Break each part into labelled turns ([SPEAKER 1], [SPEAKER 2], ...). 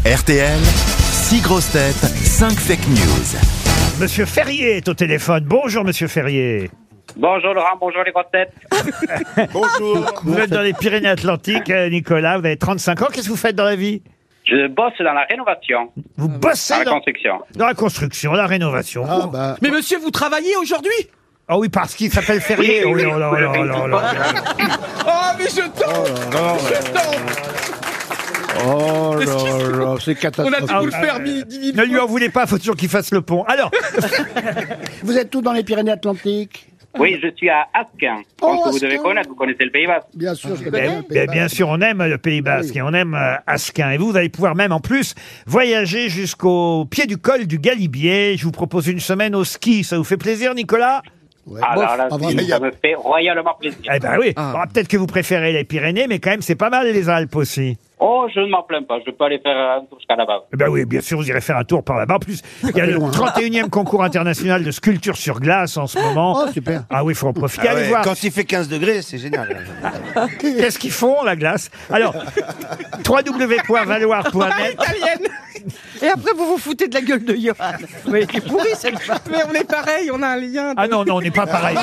[SPEAKER 1] RTL, 6 grosses têtes, 5 fake news.
[SPEAKER 2] Monsieur Ferrier est au téléphone. Bonjour, monsieur Ferrier.
[SPEAKER 3] Bonjour Laurent, bonjour les grosses têtes.
[SPEAKER 2] Vous êtes dans les Pyrénées-Atlantiques, euh, Nicolas. Vous avez 35 ans. Qu'est-ce que vous faites dans la vie
[SPEAKER 3] Je bosse dans la rénovation,
[SPEAKER 2] Vous bossez
[SPEAKER 3] Euh, la bah.
[SPEAKER 2] dans,
[SPEAKER 3] construction.
[SPEAKER 2] dans la construction, la rénovation. Ah,
[SPEAKER 4] Mais monsieur, vous travaillez aujourd'hui
[SPEAKER 2] oui, parce qu'il s'appelle Ferrier.
[SPEAKER 3] Oui, oui,
[SPEAKER 2] Oh là là
[SPEAKER 3] oui,
[SPEAKER 2] là
[SPEAKER 3] oui,
[SPEAKER 2] là
[SPEAKER 3] oui.
[SPEAKER 2] là là.
[SPEAKER 4] Oh, mais je tente Je tente
[SPEAKER 5] Oh là là,
[SPEAKER 4] On
[SPEAKER 5] c'est
[SPEAKER 4] a
[SPEAKER 5] catastrophique.
[SPEAKER 4] dû vous le
[SPEAKER 6] Ah,
[SPEAKER 4] faire mille, dix mille
[SPEAKER 2] Ne lui en voulez pas, faut toujours qu'il fasse le pont. Alors,
[SPEAKER 5] Vous êtes tous dans les Pyrénées-Atlantiques
[SPEAKER 3] Oui, je suis à Asquin. Je pense
[SPEAKER 5] Oh,
[SPEAKER 3] que vous
[SPEAKER 5] Asquin.
[SPEAKER 3] devez connaître, vous connaissez le Pays Basque.
[SPEAKER 5] Bien sûr, je
[SPEAKER 2] ben,
[SPEAKER 5] connais.
[SPEAKER 3] bah
[SPEAKER 2] ben, bien sûr, on aime le Pays Basque et on aime euh, Asquin. Et vous, vous allez pouvoir même, en plus, voyager jusqu'au pied du col du Galibier. Je vous propose une semaine au ski. Ça vous fait plaisir, Nicolas
[SPEAKER 5] Ouais,
[SPEAKER 3] Ah
[SPEAKER 5] Bah, bof,
[SPEAKER 3] là là,
[SPEAKER 5] pas vrai.
[SPEAKER 3] ça me fait royalement plaisir.
[SPEAKER 2] Eh ben oui.
[SPEAKER 3] Ah.
[SPEAKER 2] Bon, Peut-être que vous préférez les Pyrénées, mais quand même, c'est pas mal les Alpes aussi.
[SPEAKER 3] Oh, je ne m'en plains pas, je peux aller faire un tour jusqu'à là-bas.
[SPEAKER 2] Eh Ben oui, bien sûr, vous irez faire un tour par là-bas. En plus, il y a le 31e concours international de sculpture sur glace en ce moment.
[SPEAKER 5] Oh, super.
[SPEAKER 2] Ah oui, il faut en profiter.
[SPEAKER 7] Ah
[SPEAKER 2] Allez
[SPEAKER 7] ouais,
[SPEAKER 2] voir
[SPEAKER 7] Quand il fait 15 degrés, c'est génial.
[SPEAKER 2] qu'est-ce qu'ils font, la glace. Alors, www.valoir.net.
[SPEAKER 6] italienne. Et après, vous vous foutez de la gueule de Johan. Mais il est pourri, cette femme.
[SPEAKER 4] Mais on est pareil, on a un lien.
[SPEAKER 2] Ah non, non, on n'est pas pareil.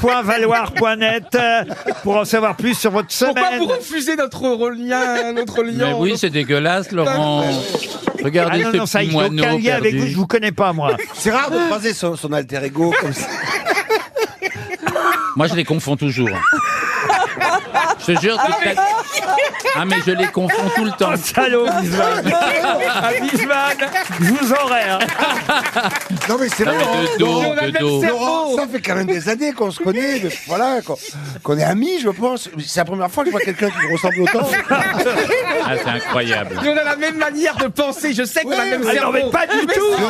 [SPEAKER 2] www.valoir.net euh, pour en savoir plus sur votre
[SPEAKER 6] ben,
[SPEAKER 4] Pourquoi
[SPEAKER 2] semaine.
[SPEAKER 4] vous refusez notre lien, notre
[SPEAKER 8] Mais
[SPEAKER 4] lien
[SPEAKER 8] oui,
[SPEAKER 4] notre-
[SPEAKER 8] c'est dégueulasse, Laurent.
[SPEAKER 2] Ah
[SPEAKER 8] Regardez
[SPEAKER 2] non,
[SPEAKER 8] ce
[SPEAKER 2] non, ça,
[SPEAKER 8] petit
[SPEAKER 2] y est, j'ai
[SPEAKER 8] moineau
[SPEAKER 2] aucun lien avec vous,
[SPEAKER 8] perdu.
[SPEAKER 2] je vous connais pas, moi.
[SPEAKER 7] C'est rare de croiser son, son alter ego comme ça.
[SPEAKER 8] Moi, je les confonds toujours. Je te jure que t'as- Ah, mais je les confonds tout le temps.
[SPEAKER 2] Oh, salaud, Wiesmann. Ah, Wiesmann, je vous aurais. hein.
[SPEAKER 7] Non mais c'est
[SPEAKER 8] Ah,
[SPEAKER 7] vrai.
[SPEAKER 8] mais de dos,
[SPEAKER 4] Mais on a le
[SPEAKER 8] de
[SPEAKER 4] même
[SPEAKER 8] dos.
[SPEAKER 4] cerveau.
[SPEAKER 7] Laurent, ça fait quand même des années qu'on se connaît, mais voilà, qu'on qu'on est amis, je pense. C'est la première fois que je vois quelqu'un qui me ressemble autant.
[SPEAKER 8] Ah, c'est incroyable.
[SPEAKER 4] Mais on a la même manière de penser, je sais qu'on a le même
[SPEAKER 2] Ah non,
[SPEAKER 4] cerveau.
[SPEAKER 2] mais pas du tout.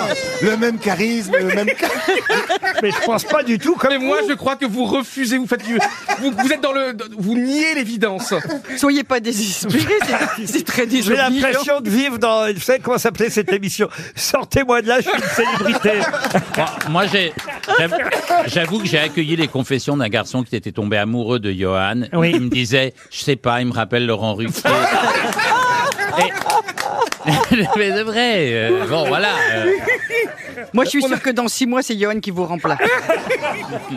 [SPEAKER 7] Le même charisme, le même. ca-
[SPEAKER 2] Mais je pense pas du tout comme
[SPEAKER 4] Mais moi,
[SPEAKER 2] vous.
[SPEAKER 4] je crois que vous refusez, vous faites, du- vous, vous êtes dans le, vous niez l'évidence.
[SPEAKER 6] Soyez pas désespérés, c'est- c'est très
[SPEAKER 2] J'ai
[SPEAKER 6] désobligeant.
[SPEAKER 2] l'impression de vivre dans. Vous savez comment s'appelait cette émission Sortez-moi de là, je suis une célébrité.
[SPEAKER 8] Bon, moi, j'ai, j'avoue- j'avoue que j'ai accueilli les confessions d'un garçon qui était tombé amoureux de Johan.
[SPEAKER 2] Oui.
[SPEAKER 8] Il me disait, je sais pas, il me rappelle Laurent Ruquier. Et- Mais c'est vrai. euh, bon, voilà. euh,
[SPEAKER 6] Moi, je suis sûr que dans six mois, c'est Johan qui vous remplace.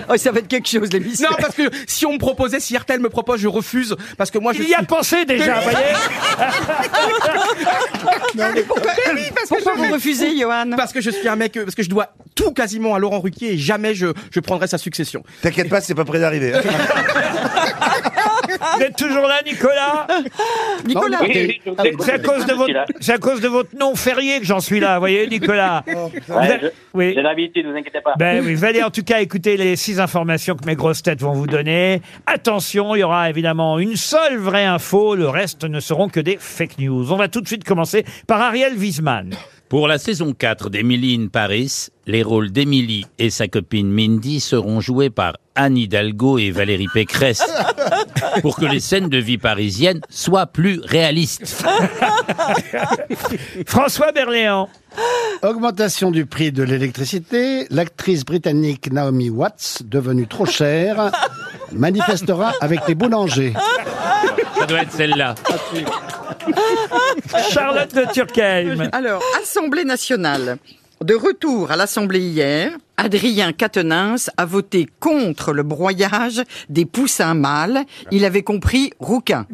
[SPEAKER 6] oh, ça va être quelque chose, l'émission.
[SPEAKER 4] Non, parce que si on me proposait, si RTL me propose, je refuse, parce que moi, je
[SPEAKER 2] Il y a pensé déjà, vous voyez
[SPEAKER 4] Mais oui, parce que
[SPEAKER 6] Pourquoi
[SPEAKER 4] je-
[SPEAKER 6] vous refusez, Johan
[SPEAKER 4] Parce que je suis un mec, euh, parce que je dois tout quasiment à Laurent Ruquier et jamais je, je prendrai sa succession.
[SPEAKER 7] T'inquiète pas, c'est pas près d'arriver.
[SPEAKER 2] Vous êtes toujours là, Nicolas
[SPEAKER 6] Nicolas,
[SPEAKER 3] Oui, oui, je vous
[SPEAKER 6] Ah,
[SPEAKER 3] écoute.
[SPEAKER 2] C'est à, cause de
[SPEAKER 3] Je suis
[SPEAKER 2] votre,
[SPEAKER 3] là.
[SPEAKER 2] c'est à cause de votre nom férié que j'en suis là, vous voyez, Nicolas Vous
[SPEAKER 3] Ouais,
[SPEAKER 2] a-
[SPEAKER 3] je-
[SPEAKER 2] Oui.
[SPEAKER 3] J'ai l'habitude, ne vous inquiétez pas.
[SPEAKER 2] Ben oui, vous allez en tout cas écouter les six informations que mes grosses têtes vont vous donner. Attention, il y aura évidemment une seule vraie info, le reste ne seront que des fake news. On va tout de suite commencer par Ariel Wiesman.
[SPEAKER 8] Pour la saison 4 d'Emily in Paris, les rôles d'Emily et sa copine Mindy seront joués par Anne Hidalgo et Valérie Pécresse pour que les scènes de vie parisienne soient plus réalistes.
[SPEAKER 2] François Berléand.
[SPEAKER 5] Ah, Augmentation du prix de l'électricité. L'actrice britannique Naomi Watts, devenue trop chère, manifestera avec les boulangers.
[SPEAKER 8] Ça doit être celle-là.
[SPEAKER 2] Charlotte de Turckheim.
[SPEAKER 6] Alors, Assemblée nationale. De retour à l'Assemblée hier, Adrien Quatennens a voté contre le broyage des poussins mâles. Il avait compris rouquin.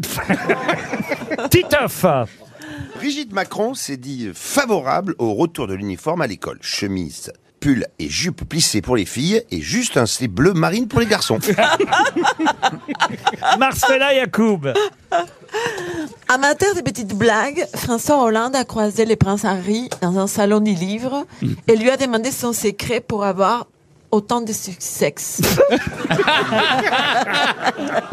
[SPEAKER 6] Ah,
[SPEAKER 2] Titoff.
[SPEAKER 7] Brigitte Macron s'est dit favorable au retour de l'uniforme à l'école. Chemise, pull et jupe plissée pour les filles et juste un slip bleu marine pour les garçons.
[SPEAKER 2] Marcella Yacoub.
[SPEAKER 9] Amateur des petites blagues, François Hollande a croisé le prince Harry dans un salon du livre et lui a demandé son secret pour avoir autant de succès.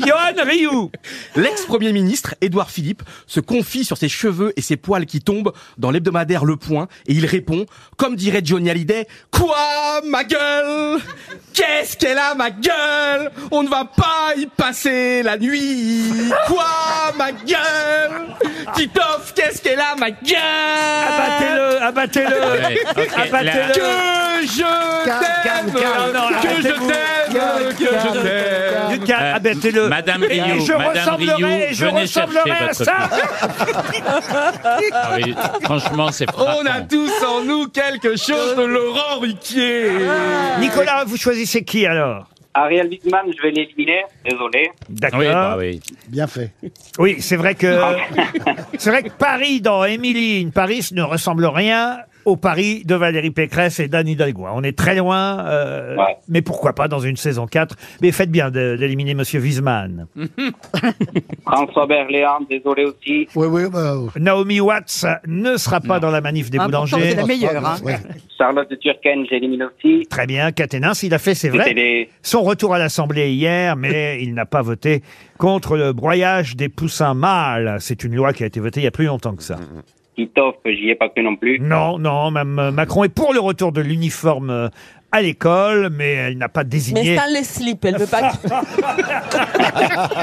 [SPEAKER 2] Johan Rioux.
[SPEAKER 4] L'ex-premier ministre Édouard Philippe se confie sur ses cheveux et ses poils qui tombent dans l'hebdomadaire Le Point et il répond, comme dirait Johnny Hallyday, Quoi ma gueule Qu'est-ce qu'elle a ma gueule On ne va pas y passer la nuit Quoi ma gueule Titoff, qu'est-ce qu'est-ce qu'elle a, ma gueule
[SPEAKER 2] Ah bah, Abattez-le, abattez-le,
[SPEAKER 8] Ouais, ok, là.
[SPEAKER 2] abattez-le.
[SPEAKER 4] Que je t'aime
[SPEAKER 2] calme, non, non,
[SPEAKER 4] Que je
[SPEAKER 2] arrêtez-vous.
[SPEAKER 4] t'aime Que je t'aime
[SPEAKER 2] Du calme,
[SPEAKER 8] Euh,
[SPEAKER 2] abattez-le.
[SPEAKER 8] Madame
[SPEAKER 2] Et
[SPEAKER 8] Rioux,
[SPEAKER 2] je
[SPEAKER 8] Madame
[SPEAKER 2] ressemblerai,
[SPEAKER 8] Rioux,
[SPEAKER 2] je
[SPEAKER 8] venez
[SPEAKER 2] ressemblerai
[SPEAKER 8] chercher
[SPEAKER 2] à
[SPEAKER 8] votre
[SPEAKER 2] ça.
[SPEAKER 8] Ah oui, franchement, c'est frappant.
[SPEAKER 4] On a tous en nous quelque chose de Laurent Ruquier
[SPEAKER 2] Nicolas, vous choisissez qui alors
[SPEAKER 3] Ariel Wittmann, je vais l'éliminer. Désolé.
[SPEAKER 2] D'accord.
[SPEAKER 8] Oui, bah oui.
[SPEAKER 5] Bien fait.
[SPEAKER 2] Oui, c'est vrai que c'est vrai que Paris dans Émilie in Paris ne ressemble rien au Paris de Valérie Pécresse et d'Anne Hidalgo. On est très loin, euh,
[SPEAKER 3] Ouais.
[SPEAKER 2] mais pourquoi pas dans une saison 4 Mais faites bien de- d'éliminer Monsieur Wiesmann.
[SPEAKER 3] François Berléand, désolé aussi.
[SPEAKER 5] Oui, oui, bah,
[SPEAKER 2] Naomi Watts ne sera pas dans la manif des
[SPEAKER 6] Ah, pourtant,
[SPEAKER 2] boulangers.
[SPEAKER 6] c'est la meilleure. hein.
[SPEAKER 5] ouais.
[SPEAKER 3] Charlotte de Turckheim, j'élimine aussi.
[SPEAKER 2] Très bien, Caténin, s'il a fait, c'est vrai.
[SPEAKER 3] C'était les-
[SPEAKER 2] Son retour à l'Assemblée hier, mais il n'a pas voté contre le broyage des poussins mâles. C'est une loi qui a été votée il y a plus longtemps que ça.
[SPEAKER 3] Titoff, j'y ai pas cru non plus.
[SPEAKER 2] Non, non, même euh, Macron est pour le retour de l'uniforme euh, à l'école, mais elle n'a pas
[SPEAKER 9] Mais
[SPEAKER 2] désigné.
[SPEAKER 9] sans les slips, elle veut pas.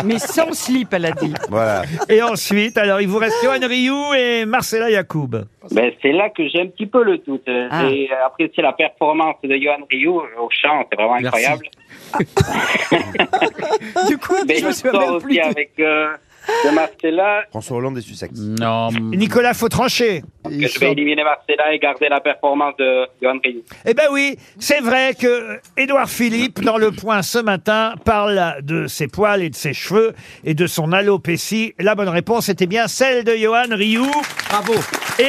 [SPEAKER 6] Mais sans slip, elle a dit.
[SPEAKER 7] Voilà.
[SPEAKER 2] Et ensuite, alors, il vous reste Johan Rioux et Marcella Yacoub.
[SPEAKER 3] Ben, c'est là que j'ai un petit peu le doute. Euh,
[SPEAKER 6] Ah.
[SPEAKER 3] J'ai apprécié la performance de Johan Rioux au chant, c'est vraiment incroyable.
[SPEAKER 6] Du coup,
[SPEAKER 3] Mais
[SPEAKER 6] je me souviens
[SPEAKER 3] l'histoire
[SPEAKER 6] même plus.
[SPEAKER 3] aussi
[SPEAKER 6] de-
[SPEAKER 3] avec euh, de Marcella,
[SPEAKER 7] François Hollande et Sussex.
[SPEAKER 8] Non,
[SPEAKER 2] Nicolas, faut trancher.
[SPEAKER 5] Ils
[SPEAKER 3] que je vais
[SPEAKER 5] sont-
[SPEAKER 3] éliminer Marcella et garder la performance de Johan Rioux.
[SPEAKER 2] Eh ben oui, c'est vrai que euh, Édouard Philippe, dans Le Point ce matin, parle de ses poils et de ses cheveux et de son alopécie. La bonne réponse était bien celle de Johan Rioux. Bravo. Et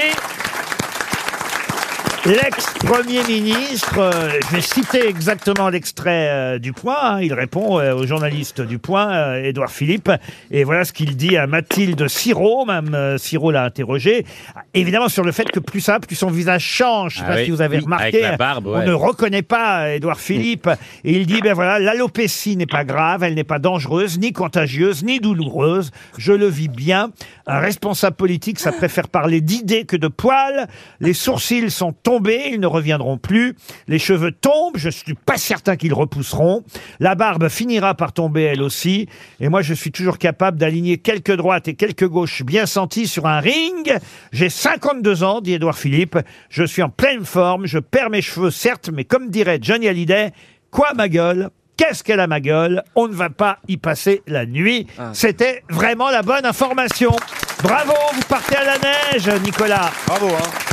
[SPEAKER 2] l'ex-premier ministre, euh, je vais citer exactement l'extrait euh, du Point, hein, il répond euh, au journaliste du Point, euh, Édouard Philippe, et voilà ce qu'il dit à Mathilde Sirot, même euh, Sirot l'a interrogé, évidemment sur le fait que plus ça, plus son visage change, je sais
[SPEAKER 8] Ah
[SPEAKER 2] pas
[SPEAKER 8] oui,
[SPEAKER 2] si vous avez
[SPEAKER 8] oui,
[SPEAKER 2] remarqué,
[SPEAKER 8] avec la barbe,
[SPEAKER 2] on
[SPEAKER 8] ouais.
[SPEAKER 2] ne reconnaît pas Édouard Philippe. Et il dit, ben voilà, l'alopécie n'est pas grave, elle n'est pas dangereuse, ni contagieuse, ni douloureuse. Je le vis bien. Un responsable politique, ça préfère parler d'idées que de poils. Les sourcils sont tombés, ils ne reviendront plus. Les cheveux tombent, je suis pas certain qu'ils repousseront. La barbe finira par tomber elle aussi. Et moi, je suis toujours capable d'aligner quelques droites et quelques gauches bien senties sur un ring. J'ai 52 ans, dit Édouard Philippe. Je suis en pleine forme. Je perds mes cheveux, certes, mais comme dirait Johnny Hallyday, quoi ma gueule Qu'est-ce qu'elle a ma gueule On ne va pas y passer la nuit. C'était vraiment la bonne information. Bravo, vous partez à la neige, Nicolas.
[SPEAKER 7] Bravo, hein.